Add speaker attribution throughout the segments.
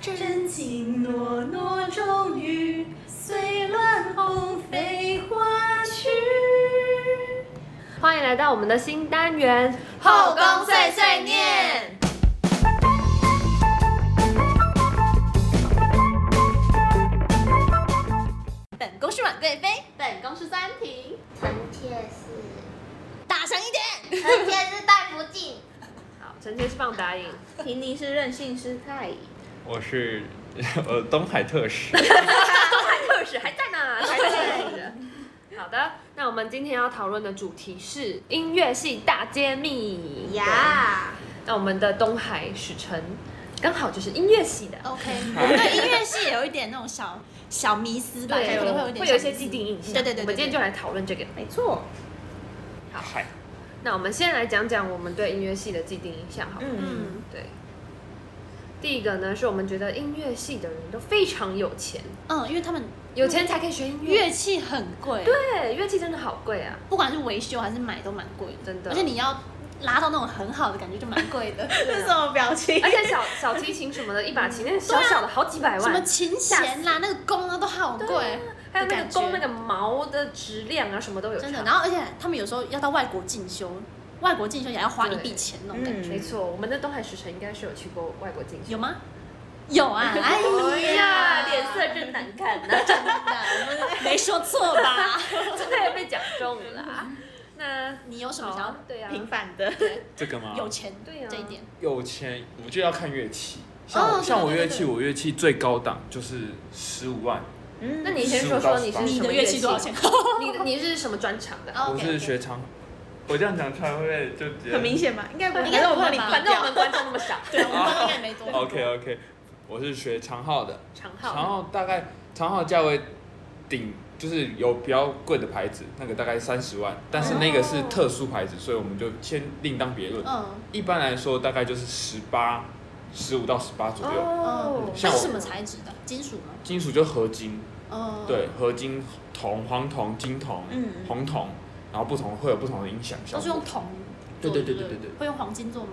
Speaker 1: 真情诺诺终于随乱红飞花去。
Speaker 2: 欢迎来到我们的新单元《
Speaker 3: 后宫碎碎念》。本宫是婉贵妃，
Speaker 1: 本宫是三婷，
Speaker 4: 臣妾是，
Speaker 3: 大声一点。
Speaker 4: 臣妾是戴福晋，
Speaker 2: 好，臣妾是放答应。
Speaker 3: 婷婷是任性失态，
Speaker 5: 我是呃东海 特使，
Speaker 2: 东海特使还 在呢，还在好的，那我们今天要讨论的主题是音乐系大揭秘。
Speaker 3: 呀
Speaker 2: 那我们的东海史晨刚好就是音乐系的，
Speaker 3: ，OK，我对音乐系有一点那种小小迷思吧，可能会有
Speaker 2: 会
Speaker 3: 点
Speaker 2: 有
Speaker 3: 小
Speaker 2: 一些
Speaker 3: 迷思
Speaker 2: 既定印象。
Speaker 3: 对对对，
Speaker 2: 我们今天就来讨论这个。
Speaker 3: 没错，
Speaker 5: 嗨，
Speaker 2: 那我们先来讲讲我们对音乐系的既定印象好了，
Speaker 3: 嗯，
Speaker 2: 对。第一个呢，是我们觉得音乐系的人都非常有钱，
Speaker 3: 嗯，因为他们
Speaker 2: 有钱才可以学音乐。
Speaker 3: 乐器很贵，
Speaker 2: 对，乐器真的好贵 啊，
Speaker 3: 不管是维修还是买都蛮贵的，
Speaker 2: 真的
Speaker 3: 而且你要拉到那种很好的感觉就蛮贵 的，这种表情
Speaker 2: 而且小小提琴什么的，一 把琴那小小的好几百
Speaker 3: 什么
Speaker 2: 万，
Speaker 3: 琴弦啦，那个弓啊都好贵，
Speaker 2: 还有那个弓那
Speaker 3: 的感觉
Speaker 2: 个毛的质量啊，什么都有差。
Speaker 3: 真 的。然后而且他们有时候要到外国进修，外国进修也要花一笔
Speaker 2: 对
Speaker 3: 钱那种感觉，
Speaker 2: 没错，我们的东海石城应该是有去过外国进修。
Speaker 3: 嗯有吗？有 啊，哎呀，
Speaker 1: 脸色真难看呐、
Speaker 3: 真的，我们没说错吧？
Speaker 2: 真的被讲中 了啊。那
Speaker 3: 你有什么想
Speaker 2: 好
Speaker 3: 要，
Speaker 2: 对啊，
Speaker 1: 平凡的，
Speaker 5: 这个吗？
Speaker 3: 有钱
Speaker 2: 对啊
Speaker 3: 这一点？
Speaker 5: 有钱，我就要看乐器。像
Speaker 3: 哦
Speaker 5: 我、
Speaker 3: 对
Speaker 5: 像我
Speaker 3: 对对
Speaker 5: 乐器，
Speaker 3: 对
Speaker 5: 我乐器最高档就是十五万，
Speaker 1: 嗯
Speaker 2: 那你先说说你是
Speaker 5: 你
Speaker 3: 你
Speaker 2: 什么
Speaker 3: 的乐器多少钱？
Speaker 2: 你的你是什么专场 的？
Speaker 3: 哦
Speaker 5: 我
Speaker 3: OK，
Speaker 5: 是
Speaker 3: OK
Speaker 5: 学长。我这样讲出来会不会就觉得
Speaker 1: 很明显吧？应该不
Speaker 3: 应该不会吧
Speaker 1: 我帮你
Speaker 2: 反正我们观众那 么少，
Speaker 3: 对，我们应该也没多。
Speaker 5: ？OK OK，我是学长号的，
Speaker 2: 长
Speaker 5: 长
Speaker 2: 号
Speaker 5: 号大概长号价位顶就是有比较贵的牌子，那个大概三十万，但是那个是
Speaker 3: 哦
Speaker 5: 特殊牌子，所以我们就先另当别论。
Speaker 3: 嗯，
Speaker 5: 一般来说大概就是十八、十五到十八左右，
Speaker 2: 哦
Speaker 3: 嗯，
Speaker 5: 像
Speaker 3: 是
Speaker 5: 我
Speaker 3: 什么材质的？金属吗？
Speaker 5: 金属就合金，
Speaker 3: 嗯，
Speaker 5: 对，合金、铜、黄铜、金铜、
Speaker 1: 嗯
Speaker 5: 红铜，然后不同会有不同的音响效
Speaker 3: 都是用
Speaker 5: 果。
Speaker 3: 铜
Speaker 5: 对
Speaker 3: 做的。
Speaker 5: 对对对对
Speaker 3: 会用黄金做吗？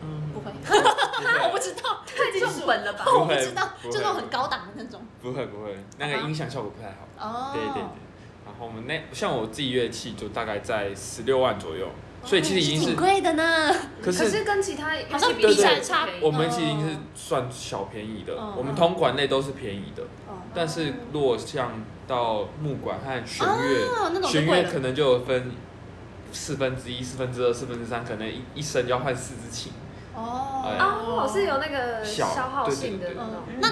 Speaker 5: 嗯，
Speaker 3: 不会，我
Speaker 5: 不
Speaker 3: 不
Speaker 5: 会，
Speaker 3: 知道，
Speaker 2: 太重本了吧？
Speaker 3: 我
Speaker 5: 不
Speaker 3: 不
Speaker 5: 会
Speaker 3: 知道，
Speaker 5: 不
Speaker 3: 就
Speaker 5: 会
Speaker 3: 是那种很高档的那种。
Speaker 5: 不会不会，那
Speaker 3: 好吧
Speaker 5: 个音响效果不太好。
Speaker 3: 哦，
Speaker 5: 对对对。然后我们那像我自己乐器就大概在十六万左右，所以其实已经
Speaker 3: 挺
Speaker 5: 是，
Speaker 3: 贵的呢。
Speaker 5: 可
Speaker 2: 可
Speaker 5: 是
Speaker 2: 是跟其他
Speaker 3: 好像
Speaker 2: 乐器比起来
Speaker 5: 对对
Speaker 3: 差
Speaker 2: 不便宜
Speaker 5: 我们其实已经是算小便宜的
Speaker 3: 嗯，
Speaker 5: 我们铜管类都是便宜的，
Speaker 3: 哦
Speaker 5: 但是如果像到木管和弦乐，
Speaker 3: 哦，那种
Speaker 5: 弦
Speaker 3: 就贵
Speaker 5: 乐可
Speaker 3: 了。
Speaker 5: 能就有分四分之一、四分之二、四分之三，可能一一生就要换四支琴。哎
Speaker 3: 哦，嗯
Speaker 2: 哦，是有那个消
Speaker 5: 小
Speaker 2: 耗性的
Speaker 5: 对
Speaker 2: 那
Speaker 5: 对
Speaker 2: 种。
Speaker 1: 对
Speaker 5: 嗯
Speaker 3: 那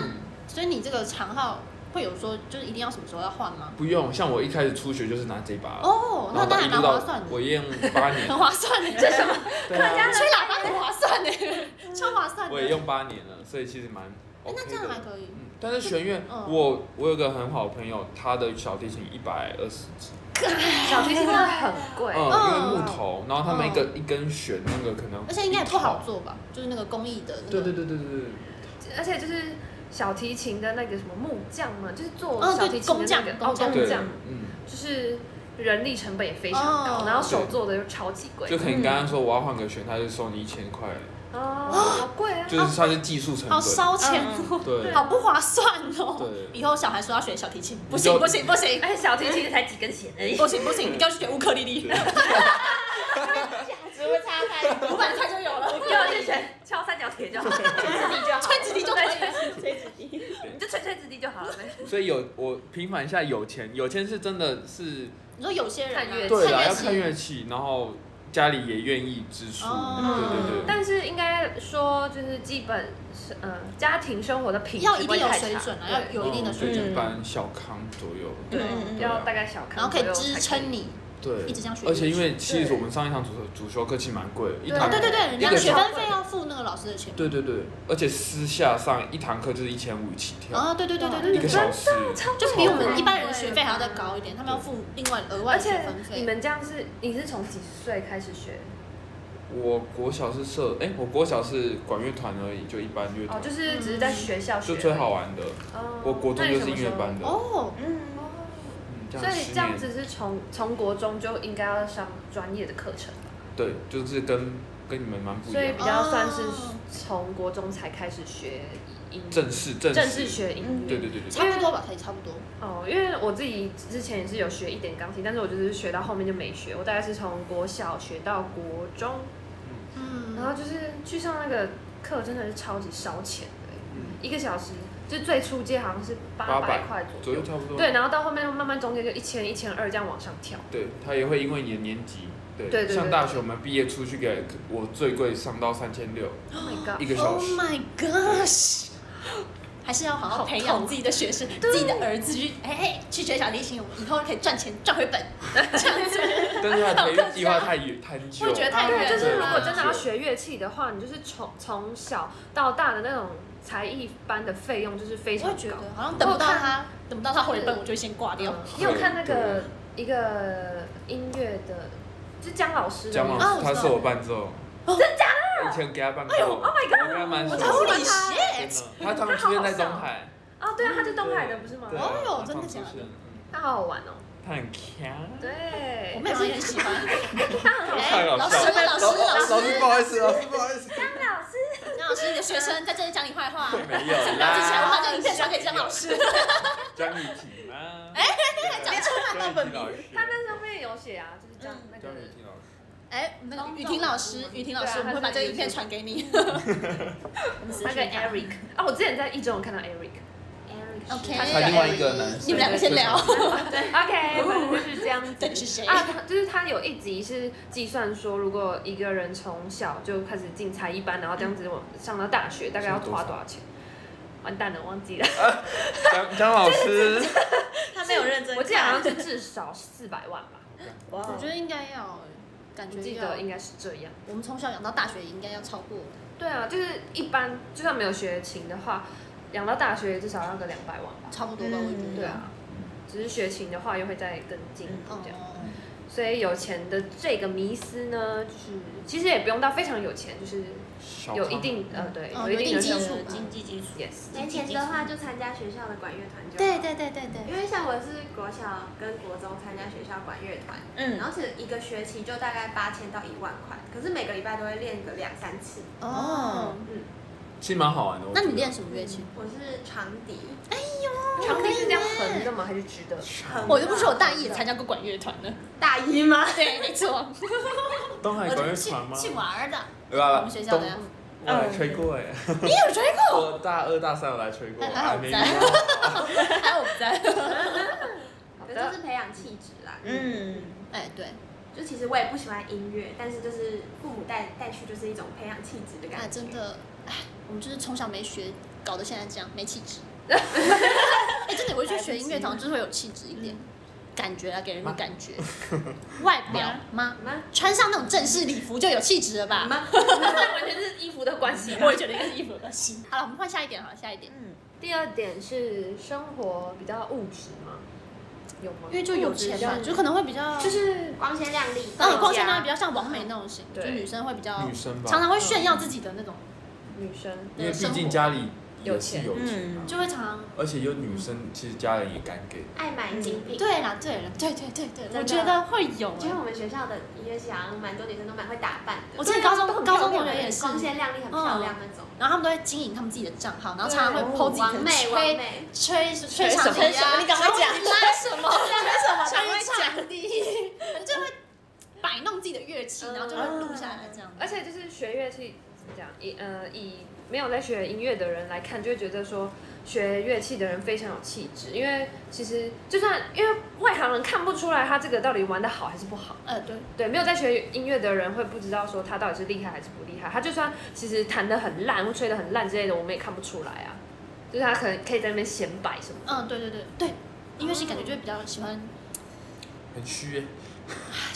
Speaker 3: 所以你这个长号会有说，就是一定要什么时候要换吗？
Speaker 5: 不用，像我一开始初学就是拿这一把，
Speaker 3: 哦，那
Speaker 5: 啊然后
Speaker 3: 当
Speaker 5: 到
Speaker 3: 然
Speaker 5: 一
Speaker 3: 蛮
Speaker 5: 路
Speaker 3: 划算的，
Speaker 5: 到我用八
Speaker 3: 很
Speaker 5: 年，
Speaker 3: 划算的。这什么？
Speaker 5: 对啊，
Speaker 3: 吹喇叭很划算 的，超划算的。
Speaker 5: 我也用八年了，所以其实蛮
Speaker 3: 哎，那
Speaker 5: OK
Speaker 3: 这样还
Speaker 5: 的。
Speaker 3: 可以。
Speaker 5: 嗯但是弦乐，
Speaker 3: 嗯
Speaker 5: 我我有个很好的朋友，他的小提琴一百二十几，
Speaker 2: 小提琴真的很贵，
Speaker 5: 嗯，因为木头，然后他们
Speaker 3: 嗯
Speaker 5: 一个一根弦那个可能，
Speaker 3: 而且应该也不好。做吧，就是那个工艺的那
Speaker 5: 对
Speaker 3: 个
Speaker 5: 对对对对对，
Speaker 2: 而且就是小提琴的那个什么木匠嘛，就是做
Speaker 3: 哦
Speaker 2: 小
Speaker 3: 对
Speaker 2: 提琴的那个
Speaker 3: 工匠
Speaker 2: 哦
Speaker 3: 嗯
Speaker 2: 工
Speaker 5: 对
Speaker 2: 匠，，
Speaker 5: 嗯，
Speaker 2: 就是人力成本也非常高，
Speaker 3: 哦
Speaker 2: 然后手做的又超级贵，
Speaker 5: 就可能刚刚说我要换个弦，他就收你一千块，
Speaker 3: 嗯
Speaker 2: 哦，好贵啊！
Speaker 5: 就是它是技术成
Speaker 3: 好
Speaker 5: 本，
Speaker 3: 烧钱哦，
Speaker 5: 嗯 对
Speaker 3: 好不划算哦。
Speaker 5: 对，
Speaker 3: 以后小孩说要学小提琴，不
Speaker 5: 你
Speaker 3: 行
Speaker 5: 就哎
Speaker 3: 不行不行
Speaker 2: 而且哎小提琴才几根弦 而已，
Speaker 3: 不行不行，你要去学乌克丽丽，
Speaker 4: 只会差太多。
Speaker 3: 五百块就有了，
Speaker 2: 要去学敲三角铁就好，
Speaker 3: 吹纸笛就可以了。
Speaker 2: 你就吹吹直笛就好了呗。
Speaker 5: 所以有我平反一下有钱，有钱是真的是
Speaker 3: 你说有些人
Speaker 2: 看
Speaker 3: 啊
Speaker 2: 乐器
Speaker 5: 对啦，要
Speaker 3: 看
Speaker 5: 看
Speaker 3: 乐器
Speaker 5: 乐器，然后家里也愿意支出，
Speaker 3: 哦
Speaker 5: 对对对，
Speaker 2: 但是应该说，就是基本是呃家庭生活的品质
Speaker 3: 要一
Speaker 2: 不
Speaker 3: 定
Speaker 2: 会
Speaker 3: 有
Speaker 2: 太
Speaker 3: 水
Speaker 2: 差
Speaker 3: 准啊，
Speaker 2: 对
Speaker 3: 要有一定的水准，
Speaker 5: 嗯一般小康左右，
Speaker 2: 对
Speaker 3: 嗯
Speaker 2: 要大概小康，
Speaker 3: 然后可以支撑。你。
Speaker 5: 对，
Speaker 3: 一直这样学
Speaker 5: 而且因为其实
Speaker 2: 对
Speaker 5: 我们上一堂主主修课其实蛮贵的，一
Speaker 2: 对
Speaker 3: 哦，
Speaker 5: 堂
Speaker 3: 对对对，人
Speaker 5: 一
Speaker 3: 家
Speaker 5: 个
Speaker 3: 学
Speaker 5: 小
Speaker 3: 分费要付那个老师的钱。
Speaker 5: 对对对，而且私下上一堂课就是一千五起跳，
Speaker 3: 啊，对对对对
Speaker 5: 一
Speaker 3: 对
Speaker 5: 个
Speaker 3: 对，
Speaker 5: 小时，
Speaker 3: 就是比我们一般人的学费还要再高一点，他们要付另外额外
Speaker 2: 啊而
Speaker 3: 的学
Speaker 2: 且
Speaker 3: 分费。
Speaker 2: 你们这样是你是从几岁开始学？
Speaker 5: 我国小是社，哎，我国小是管乐团而已，就一般乐
Speaker 2: 哦，
Speaker 5: 团，
Speaker 2: 就是只是在学校学。
Speaker 5: 就最好。玩的。
Speaker 2: 哦
Speaker 5: 我国中就是音乐。班的，
Speaker 3: 哦，
Speaker 1: 嗯，
Speaker 5: 嗯，这
Speaker 2: 那你什么时候所以
Speaker 5: 样十
Speaker 2: 这样
Speaker 5: 年，
Speaker 2: 子是从从国中就应该要上专业的课程。
Speaker 5: 对，就是跟跟你们蛮不一
Speaker 2: 所以
Speaker 5: 样
Speaker 2: 比
Speaker 5: 的，
Speaker 2: 较算是
Speaker 3: 哦
Speaker 2: 从国中才开始学音乐，
Speaker 5: 正式正
Speaker 2: 正式
Speaker 5: 式，
Speaker 2: 学音乐。
Speaker 5: 对对对
Speaker 2: 因
Speaker 5: 对对，
Speaker 4: 差
Speaker 2: 为
Speaker 4: 不多吧，可以差不多。
Speaker 2: 哦，因为我自己之前也是有学一点钢琴，但是我就是学到后面就没学。我大概是从国小学到国中，
Speaker 3: 嗯，
Speaker 2: 然后就是去上那个课，真的是超级烧钱的，
Speaker 5: 嗯
Speaker 2: 一个小时就最初阶好像是八百
Speaker 5: 800
Speaker 2: 块左
Speaker 5: 左右
Speaker 2: 右。
Speaker 5: 差不多，
Speaker 2: 对，然后到后面慢慢中间就一千一千二这样往上
Speaker 3: 哦
Speaker 2: 跳，
Speaker 5: 对，他也会因为你的年级，对，
Speaker 2: 对对对
Speaker 5: 像大学我们毕业出去给我最贵上到三千六
Speaker 2: Oh my god！
Speaker 5: 一个小
Speaker 3: Oh
Speaker 5: 时，
Speaker 3: my gosh！还是要好好培养自己的学生，自己的儿子去，哎、哎，去学小提琴，以后可以赚钱赚回本，这样子。
Speaker 5: 但是他的培育计划太远太久
Speaker 3: 我，觉得太远
Speaker 2: 对，
Speaker 3: 了。
Speaker 2: 就是如果真的要
Speaker 5: 是
Speaker 2: 学乐器的话，你就是从从小到大的那种才艺班的费用就是非
Speaker 3: 我
Speaker 2: 常
Speaker 3: 会
Speaker 2: 高。
Speaker 3: 觉得好像等不到他，等不到他回本，我就先挂掉。
Speaker 5: 嗯
Speaker 2: 你有看那个一个音乐的，是姜老师的
Speaker 5: 姜老
Speaker 2: 吗
Speaker 3: 啊
Speaker 5: 师
Speaker 3: 我知
Speaker 5: 他
Speaker 3: 道
Speaker 5: 是我伴奏，
Speaker 3: 哦
Speaker 5: 真假的？以前给他伴奏，哎呦，Oh my god，我跟他蛮熟
Speaker 3: 我
Speaker 5: 的，
Speaker 3: 超你
Speaker 5: 真的他常常出现在东海，
Speaker 2: 哦，对啊，他是东海的，不是吗
Speaker 5: 对？
Speaker 3: 哦
Speaker 5: 啊
Speaker 3: 哟真的假的？
Speaker 2: 他好好玩哦。
Speaker 5: 嗯他很强，
Speaker 2: 对，
Speaker 3: 我妹好像也很喜欢。哎
Speaker 5: 太好
Speaker 3: 老
Speaker 5: 笑
Speaker 3: 师，
Speaker 5: 了。
Speaker 3: 老师，老师，
Speaker 5: 老师，不好意思，老师，不好意思，
Speaker 2: 老师，
Speaker 3: 张老师，你的学生在这里讲你坏话，讲
Speaker 5: 没有
Speaker 3: 之前我把
Speaker 5: 啦，
Speaker 3: 这个影片传给张老师。
Speaker 5: 江雨婷啦，
Speaker 3: 哎讲出来了本名
Speaker 5: 江雨婷老师
Speaker 2: 他那上面有写啊，就是这样那个
Speaker 5: 江雨婷老师，
Speaker 3: 哎，那个雨婷老师，雨婷老师，
Speaker 2: 对啊
Speaker 3: 我们会把这个影片传给你。
Speaker 2: 那个 Eric 啊，我之前在一中有看到 Eric。Eric 是
Speaker 3: OK
Speaker 2: 他是
Speaker 5: 还有另外一个男生，
Speaker 3: 你们两个先聊。
Speaker 2: 对 OK，反 正就是这样子。
Speaker 3: 对，是谁？
Speaker 2: 啊，他就是他有一集是计算说，如果一个人从小就开始进才艺班，然后这样子往上到大学，大概要花多少钱？完蛋了，忘记了，
Speaker 5: 江江老师，
Speaker 6: 他没有认真看，
Speaker 2: 我记得好像是至少四百万吧，
Speaker 6: 哇
Speaker 3: 我觉得应该要，感
Speaker 2: 我
Speaker 3: 觉
Speaker 2: 记
Speaker 3: 要
Speaker 2: 得应该是这样。
Speaker 3: 我们从小养到大学，应该要超过。
Speaker 2: 对啊，就是一般就算没有学琴的话，养到大学至少要个两百万吧。
Speaker 3: 差不多吧，我觉得。
Speaker 2: 对啊，只是学琴的话又会再更进一步
Speaker 3: 哦
Speaker 2: 这样。所以有钱的这个迷思呢，就是其实也不用到非常有钱，就是有一定呃对，
Speaker 3: 哦
Speaker 2: 有一
Speaker 3: 有
Speaker 2: 定的
Speaker 3: 一定基
Speaker 2: 生
Speaker 3: 础
Speaker 2: 活
Speaker 3: 吧
Speaker 6: 经济基础，
Speaker 2: Yes，
Speaker 1: 没钱的话就参加学校的管乐团就好
Speaker 3: 对对对对对。
Speaker 1: 因为像我是国小跟国中参加学校管乐团，
Speaker 6: 嗯
Speaker 1: 然后是一个学期就大概八千到一万块，可是每个礼拜都会练个两三次。
Speaker 3: 哦。
Speaker 5: 其实蛮好玩的。我
Speaker 3: 那
Speaker 5: 觉
Speaker 3: 你
Speaker 5: 得
Speaker 3: 练什么乐器？
Speaker 1: 我是长笛，
Speaker 3: 哎
Speaker 2: 长笛是这样横的吗？还是直的？
Speaker 1: 很
Speaker 3: 我就不说我大一也参加过管乐团了。
Speaker 1: 大一吗？
Speaker 3: 对，没 错。
Speaker 5: 东海
Speaker 3: 我
Speaker 5: 管乐
Speaker 3: 去
Speaker 5: 团吗？
Speaker 3: 去玩儿的。
Speaker 5: 对吧？
Speaker 3: 我们学校的呀
Speaker 5: 东我来吹过哎，
Speaker 3: 你有吹过？
Speaker 5: 我大二大三我来吹过，
Speaker 3: 哎还好
Speaker 5: 还没
Speaker 3: 在
Speaker 5: 遇 到
Speaker 3: 还有我不在。
Speaker 2: 好
Speaker 1: 可是就
Speaker 2: 的，
Speaker 1: 是培养气质啦。
Speaker 6: 嗯，
Speaker 3: 哎，对，
Speaker 1: 就其实我也不喜欢音乐，但是就是父母带带去就是一种培养气质的感
Speaker 3: 哎，
Speaker 1: 觉。
Speaker 3: 真的，哎，我们就是从小没学，搞得现在这样，没气 质。哎，真的，我觉得学音乐好像就是会有气质一点，感觉啊，给人的感 觉。外表吗？
Speaker 1: 吗？
Speaker 3: 穿上那种正式礼服就有气质了吧？
Speaker 1: 吗？
Speaker 2: 完全是衣服的关系。
Speaker 3: 我也觉得应该是衣服的关系。好了，我们换下一点，好了，下一点。
Speaker 2: 第二点是生活比较物质吗？有吗？
Speaker 3: 因为就有钱嘛，就可能会比较，
Speaker 2: 就是
Speaker 1: 光鲜亮丽，
Speaker 3: 然后嗯光鲜亮比较像王美那种型，就
Speaker 2: 对
Speaker 3: 女生会比较
Speaker 5: 女生吧，
Speaker 3: 常常会炫耀自己的那种，
Speaker 2: 女生
Speaker 5: 因为毕竟家里也是有钱嘛，
Speaker 3: 就会常常。
Speaker 5: 而且有女生，其实家人也敢给，
Speaker 1: 爱买精品。
Speaker 3: 对啦，对啦，对对对
Speaker 1: 真
Speaker 3: 对，
Speaker 1: 的
Speaker 3: 我觉得会有
Speaker 1: 我觉得
Speaker 3: 欸。
Speaker 1: 我们学校的音乐系好像蛮多女生都蛮会打扮的，
Speaker 3: 我之前高中高中同学也是，
Speaker 1: 光鲜亮丽，很漂亮那种。
Speaker 3: 然后他们都会经营他们自己的账号，然后
Speaker 1: 对
Speaker 3: 常常会 po 自己
Speaker 1: 完
Speaker 3: 的
Speaker 1: 美完
Speaker 3: 吹
Speaker 1: 美，
Speaker 3: 吹吹
Speaker 2: 什
Speaker 3: 场
Speaker 2: 么
Speaker 3: 地啊，
Speaker 6: 你赶快讲
Speaker 3: 吹拉什么，
Speaker 6: 为
Speaker 3: 吹场地，就会摆弄自己的乐器，然后就会录下来这样。
Speaker 2: 而且就是学乐器怎么讲，以呃以没有在学音乐的人来看，就会觉得说学乐器的人非常有气质，因为其实就算因为外行人看不出来他这个到底玩的好还是不好，
Speaker 3: 呃，对，
Speaker 2: 对，没有在学音乐的人会不知道说他到底是厉害还是不厉害，他就算其实弹的很烂或吹的很烂之类的，我们也看不出来啊，就是他可能可以在那边显摆什么。
Speaker 3: 嗯，对对对对，音乐系感觉就会比较喜欢，
Speaker 5: 很虚欸，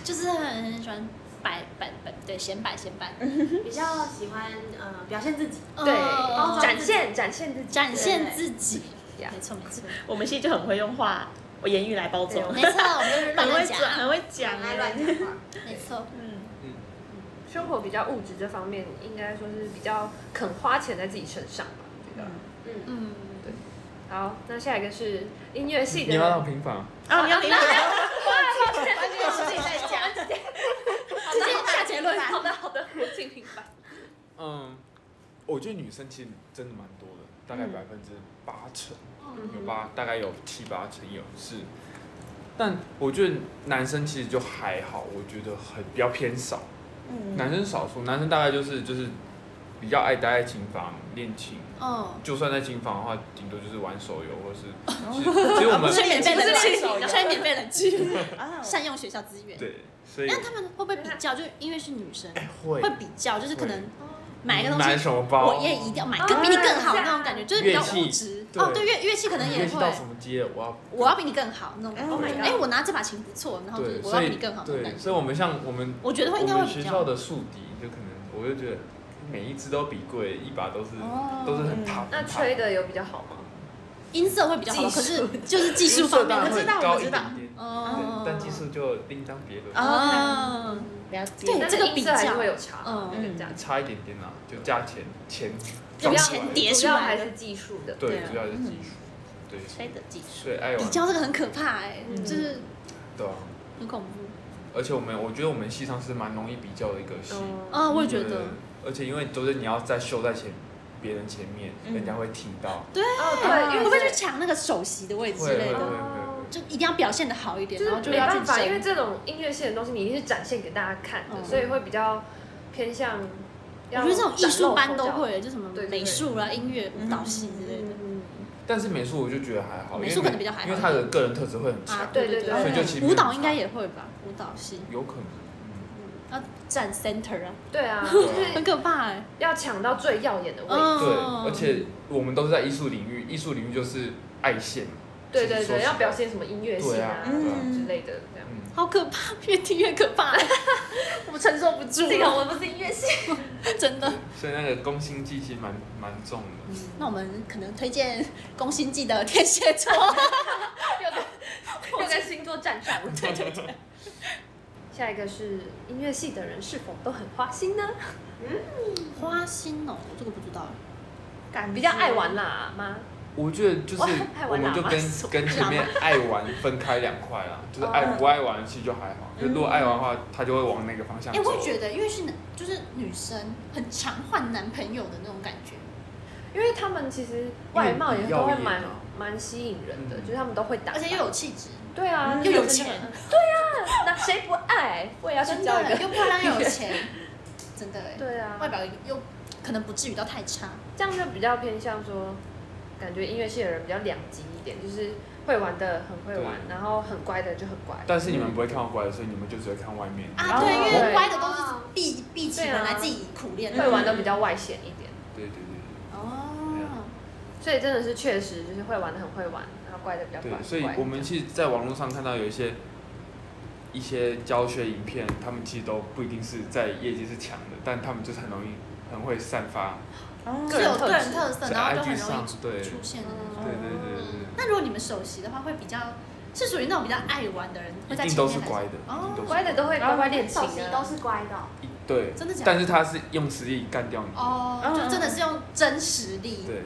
Speaker 3: 就是很很喜欢摆摆摆，对，显摆显摆，
Speaker 1: 比较喜欢呃表现自己，
Speaker 2: 对，
Speaker 3: 嗯
Speaker 1: 哦
Speaker 2: 展现展现自己，
Speaker 3: 展现自己，
Speaker 2: 对
Speaker 3: 没错没错，
Speaker 6: 我们系就很会用话我言语来包
Speaker 2: 对
Speaker 6: 装
Speaker 2: 我，
Speaker 3: 没错，我们就是
Speaker 6: 很
Speaker 3: 乱
Speaker 6: 会
Speaker 3: 讲，
Speaker 6: 转，很会讲
Speaker 1: 讲，
Speaker 3: 嗯
Speaker 1: 来啊乱讲话。
Speaker 3: 没错，
Speaker 6: 嗯，
Speaker 2: 生活比较物质这方面，应该说是比较肯花钱在自己身上吧，我觉得。
Speaker 1: 嗯，
Speaker 3: 嗯，
Speaker 2: 好，那下一个是音乐系的
Speaker 5: 你要让
Speaker 2: 人。啊
Speaker 5: 平凡，
Speaker 6: 哦，你要你
Speaker 3: 直接下结论，好的好的，
Speaker 2: 竞品版。
Speaker 5: 嗯，我觉得女生其实真的蛮多的，大
Speaker 3: 嗯
Speaker 5: 概百分之八成，有八，大概有七八成有是。但我觉得男生其实就还好，我觉得很比较偏少，
Speaker 6: 嗯，
Speaker 5: 男生少数，男生大概就是就是比较爱待在琴房练琴，
Speaker 3: 嗯，
Speaker 5: 就算在琴房的话，顶多就是玩手游或是，其实其实我们
Speaker 3: 吹免费冷
Speaker 6: 不是
Speaker 3: 气，
Speaker 6: 练手游
Speaker 3: 吹免费冷气，
Speaker 6: 啊
Speaker 3: 善用学校资源。
Speaker 5: 对，所以哎
Speaker 3: 那他们会不会比较？就是因为是女生，
Speaker 5: 会
Speaker 3: 会比较，就是可能买一个东
Speaker 5: 买
Speaker 3: 西，
Speaker 5: 什么包，
Speaker 3: 我也一定要买更比你更好那种感觉，就是比较物
Speaker 5: 乐
Speaker 3: 质
Speaker 5: 器。
Speaker 3: 哦，对，
Speaker 5: 对
Speaker 3: 乐乐器可能也
Speaker 5: 乐器到
Speaker 3: 会
Speaker 5: 什，么阶，我要
Speaker 3: 我要比你更好那种感觉。
Speaker 6: Oh
Speaker 5: my
Speaker 3: 就是
Speaker 5: god
Speaker 3: 哎，我拿这把琴不错，然后就是
Speaker 5: 对，
Speaker 3: 我要
Speaker 5: 所
Speaker 3: 比你
Speaker 5: 以
Speaker 3: 更好那种
Speaker 5: 对，
Speaker 3: 感觉。
Speaker 5: 所以我们像我们
Speaker 3: 我觉得会应
Speaker 5: 我
Speaker 3: 该会
Speaker 5: 们
Speaker 3: 比
Speaker 5: 学
Speaker 3: 较
Speaker 5: 校。的宿敌，就可能我就觉得每一支都比贵，一把都是
Speaker 3: 哦
Speaker 5: 都是很
Speaker 6: 嗯
Speaker 5: top，
Speaker 2: 那吹的有比较好吗？
Speaker 3: 音色会比较好，可
Speaker 2: 技术
Speaker 3: 是就是技术方面
Speaker 5: 当然
Speaker 3: 的。
Speaker 5: 会
Speaker 6: 我知道我
Speaker 5: 高一
Speaker 6: 知
Speaker 5: 点
Speaker 6: 道
Speaker 5: 点，
Speaker 3: 哦
Speaker 5: 对，但技术就另当别论，
Speaker 3: 哦，
Speaker 6: 了解。
Speaker 3: 对
Speaker 2: 但
Speaker 3: 这
Speaker 2: 是
Speaker 3: 个
Speaker 2: 音
Speaker 3: 比
Speaker 2: 色还是
Speaker 3: 较
Speaker 2: 会有差，
Speaker 3: 嗯
Speaker 2: 那个价值。
Speaker 5: 差一点点啦，就价钱钱
Speaker 3: 用
Speaker 5: 赚出
Speaker 3: 钱
Speaker 5: 来
Speaker 3: 叠
Speaker 2: 主
Speaker 3: 出
Speaker 2: 要
Speaker 3: 来
Speaker 2: 还
Speaker 3: 的
Speaker 2: 是技术的，
Speaker 5: 对
Speaker 6: 对，啊
Speaker 5: 主要是技术，对，
Speaker 6: 吹的技术。
Speaker 5: 所以爱
Speaker 3: 嗯比
Speaker 5: 玩
Speaker 3: 较这个很可怕哎，
Speaker 6: 嗯
Speaker 3: 就是
Speaker 5: 对啊，
Speaker 3: 很恐怖。
Speaker 5: 而且我们我觉得我们系上是蛮容易比较的一个系，
Speaker 2: 嗯，
Speaker 3: 啊，我也觉
Speaker 5: 对
Speaker 3: 得，
Speaker 5: 而且因为都是你要在秀在前别人前面，
Speaker 6: 嗯
Speaker 5: 人家会听到，
Speaker 2: 哦
Speaker 3: 啊
Speaker 2: 对，
Speaker 3: 会
Speaker 2: 因为
Speaker 3: 不会去
Speaker 2: 这
Speaker 3: 抢那个首席的位置
Speaker 5: 会
Speaker 3: 之
Speaker 5: 会
Speaker 3: 类
Speaker 5: 会
Speaker 3: 的？
Speaker 5: 会。
Speaker 3: 就一定要表现的好一点，
Speaker 2: 就
Speaker 3: 然
Speaker 2: 是
Speaker 3: 后就
Speaker 2: 没
Speaker 3: 要
Speaker 2: 办
Speaker 3: 谨
Speaker 2: 法，因为
Speaker 3: 慎。
Speaker 2: 这种音乐性的东西，你一定是展现给大家看的，
Speaker 3: 嗯
Speaker 2: 所以会比较偏向。
Speaker 3: 我觉得这种艺术班都会，就什么
Speaker 2: 对对对
Speaker 3: 美术啊、音乐、舞蹈系之类的。
Speaker 2: 嗯，
Speaker 5: 但是美术我就觉得还好，
Speaker 3: 美
Speaker 5: 因为
Speaker 3: 术可能比较还好
Speaker 5: 因为他的个人特质会很强
Speaker 3: 啊，，
Speaker 2: 对
Speaker 3: 对
Speaker 2: 对
Speaker 5: 嗯所以就
Speaker 3: 对
Speaker 5: 其实没
Speaker 3: 舞
Speaker 5: 有
Speaker 3: 蹈
Speaker 5: 差
Speaker 3: 应该也会吧，舞蹈系嗯
Speaker 5: 有可能。嗯
Speaker 3: 要站 center 啊，
Speaker 2: 对啊，就是
Speaker 3: 很可怕哎。
Speaker 2: 要抢到最耀眼的位置。
Speaker 5: 嗯，对，
Speaker 2: 哦
Speaker 3: 嗯，
Speaker 5: 而且我们都是在艺术领域，艺术领域就是爱线嘛，
Speaker 2: 对
Speaker 5: 其
Speaker 2: 对
Speaker 5: 实说
Speaker 2: 对，
Speaker 5: 实
Speaker 2: 要
Speaker 5: 在
Speaker 2: 表现什么音乐性啊
Speaker 5: 对啊对啊
Speaker 2: 之类的，这样。
Speaker 5: 嗯，
Speaker 3: 好可怕，越听越可怕，我承受不 住了，
Speaker 2: 我不是音乐系，
Speaker 3: 真的。
Speaker 5: 所以那个攻心计其实蛮蛮重的，
Speaker 3: 那我们可能推荐宫心计的天蝎座，
Speaker 2: 又跟星座站上了。 对对对。下一个是音乐系的人是否都很花心呢？
Speaker 3: 花心哦，这个不知道。
Speaker 6: 感
Speaker 2: 比较爱玩啦，妈。
Speaker 5: 嗯我觉得就是
Speaker 2: 哇爱
Speaker 5: 我
Speaker 2: 玩
Speaker 5: 们就
Speaker 2: 打
Speaker 5: 跟
Speaker 2: 麻将
Speaker 5: 跟前面爱玩分开两块 啦，就是
Speaker 2: 哦
Speaker 5: 爱不爱玩其实就还好，就
Speaker 2: 嗯
Speaker 5: 如果爱玩的话，他就会往那个方向
Speaker 3: 哎、
Speaker 5: 走。
Speaker 3: 我也觉得，因为是男，就是女生很常换男朋友的那种感觉。
Speaker 2: 因为他们其实外貌也都会蛮蛮吸引人的，
Speaker 5: 嗯
Speaker 2: 就是他们都会打扮，
Speaker 3: 而且又有气质，
Speaker 2: 对啊，
Speaker 3: 又有钱，
Speaker 2: 那谁不爱？我也要去
Speaker 3: 真
Speaker 2: 交一
Speaker 3: 的
Speaker 2: 个。
Speaker 3: 又漂亮又有 钱，真的哎、
Speaker 2: 对哦啊，
Speaker 3: 外表又可能不至于到太差，
Speaker 2: 这样就比较偏向说，感觉音乐系的人比较两极一点，就是会玩的很会玩，然后很乖的就很乖。
Speaker 5: 但是你们不会看到乖的，所以你们就只会看外面。
Speaker 3: 啊，
Speaker 6: 哦
Speaker 3: 对，因为
Speaker 2: 对
Speaker 3: 乖的都是闭闭起门来
Speaker 2: 对啊
Speaker 3: 自己苦练的，
Speaker 2: 会玩的比较外显一点，
Speaker 5: 对对对
Speaker 3: 哦，
Speaker 2: 所以真的是确实就是会玩的很会玩，然后乖的比较乖
Speaker 5: 对，。对所以我们其实在网络上看到有一些一些教学影片，他们其实都不一定是在业绩是强的，但他们就是很容易很会散发
Speaker 6: 哦
Speaker 5: 啊
Speaker 3: 是有个人特色，
Speaker 5: 在
Speaker 3: 然后就
Speaker 5: IG
Speaker 3: 很容
Speaker 5: 啊上
Speaker 3: 易出，
Speaker 5: 对
Speaker 3: 出嗯现的那种。
Speaker 5: 对对对对对。
Speaker 3: 那如果你们首席的话，会比较是属于那种比较爱玩的人，会
Speaker 5: 一
Speaker 3: 在
Speaker 5: 定
Speaker 3: 前
Speaker 5: 都
Speaker 3: 面
Speaker 5: 是
Speaker 3: 还
Speaker 5: 乖的，
Speaker 3: 哦
Speaker 5: 一定都是
Speaker 2: 乖的都会乖乖练琴
Speaker 4: 首席都
Speaker 2: 啊，
Speaker 4: 是乖的哦，
Speaker 5: 一对，
Speaker 3: 真的假的
Speaker 5: 但是他是用实力干掉你，
Speaker 3: 哦，就真的是用真实力
Speaker 5: 对，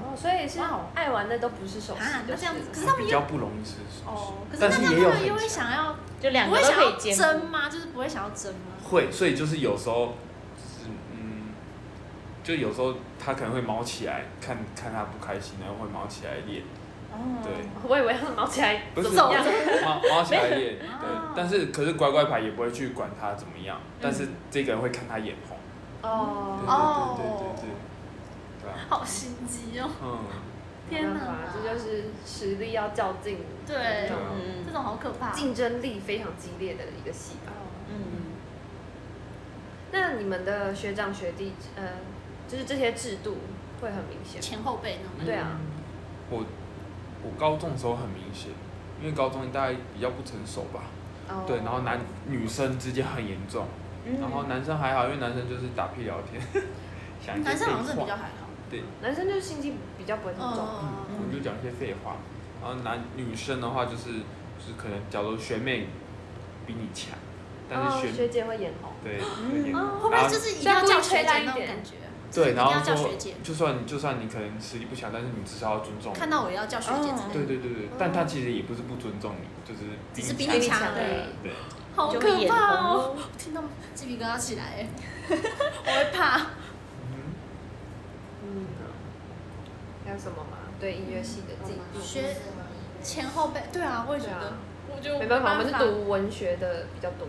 Speaker 2: 哦，所以是
Speaker 3: 哇哦
Speaker 2: 爱玩的都不是首席
Speaker 3: 啊，
Speaker 2: 的，
Speaker 3: 那这样子，可是他
Speaker 5: 他
Speaker 3: 们
Speaker 5: 比
Speaker 3: 又
Speaker 5: 较不容易失手。
Speaker 3: 哦，可是那
Speaker 5: 但
Speaker 3: 这样
Speaker 5: 是也有
Speaker 3: 他们
Speaker 5: 很
Speaker 3: 又会
Speaker 5: 强
Speaker 3: 想要
Speaker 6: 就两
Speaker 3: 不
Speaker 6: 个
Speaker 3: 会
Speaker 6: 都
Speaker 3: 想
Speaker 6: 可
Speaker 3: 要
Speaker 6: 以兼顾
Speaker 3: 争。吗？就是不会想要争吗？
Speaker 5: 会，所以就是有时候，就是嗯，就有时候他可能会毛起来，看看他不开心，然后会毛起来练，
Speaker 6: 哦
Speaker 5: 对，
Speaker 2: 我以为他们毛起来
Speaker 5: 不是
Speaker 2: 怎么样？
Speaker 5: 毛毛起来练，对
Speaker 3: 哦，嗯
Speaker 5: 但是可是乖乖牌也不会去管他怎么样，但是这个人会看他眼红，对
Speaker 2: 哦，
Speaker 5: 对对
Speaker 3: 哦
Speaker 5: 对对对，对啊，
Speaker 3: 好心机 哦，
Speaker 5: 嗯，
Speaker 3: 天
Speaker 2: 没办
Speaker 3: 哪
Speaker 2: 法，这就是实力要较劲，
Speaker 3: 对
Speaker 5: 对啊，
Speaker 3: 这
Speaker 6: 嗯
Speaker 3: 种好可怕。哦
Speaker 2: 竞争力非常激烈的一个戏吧。
Speaker 6: 嗯，
Speaker 2: 那你们的学长学弟，呃，就是这些制度会很明显吗。
Speaker 3: 前后辈那种感觉，
Speaker 2: 对啊，
Speaker 5: 我我高中的时候很明显，因为高中大概比较不成熟吧，
Speaker 2: 哦嗯
Speaker 5: 对，然后男女生之间很严重，
Speaker 3: 嗯
Speaker 5: 然后男生还好，因为男生就是打屁聊天， 想一些
Speaker 3: 男生
Speaker 5: 废
Speaker 3: 好像是比
Speaker 5: 话
Speaker 3: 较，还好。
Speaker 5: 对，
Speaker 2: 男生就是心机比较不会那么重。
Speaker 5: 嗯
Speaker 3: 嗯，
Speaker 5: 我们就讲一些废话，然后男女生的话就是就是可能，假如学妹比你强，但
Speaker 2: 哦
Speaker 5: 是学、
Speaker 2: 学姐会眼红。
Speaker 5: 对，
Speaker 6: 嗯
Speaker 5: 对
Speaker 2: 哦
Speaker 3: 会不会就是一定要叫学姐那种感觉？
Speaker 5: 对，
Speaker 3: 一定
Speaker 5: 然后
Speaker 3: 要叫
Speaker 5: 说
Speaker 3: 学姐，
Speaker 5: 就算就算你可能实力不强，但是你至少要尊重我。
Speaker 3: 看到我也要叫学姐之类
Speaker 5: 对
Speaker 3: 的。
Speaker 5: 对对对，但他其实也不是不尊重你，就是
Speaker 3: 只是比
Speaker 5: 强
Speaker 3: 你强
Speaker 2: 而
Speaker 5: 对
Speaker 2: 已
Speaker 5: 对，
Speaker 3: 好
Speaker 2: 就会
Speaker 3: 可
Speaker 2: 眼
Speaker 3: 怕
Speaker 2: 红
Speaker 3: 哦！
Speaker 2: 咯。
Speaker 3: 听到鸡皮疙瘩起来欸，我会怕。
Speaker 5: 嗯
Speaker 2: 嗯，还有什么吗？对音乐系的
Speaker 4: 嗯
Speaker 2: 进步，
Speaker 3: 学前后辈，对啊，我也觉
Speaker 2: 对啊
Speaker 3: 得，我就
Speaker 2: 没办法，我们是读文学的比较多，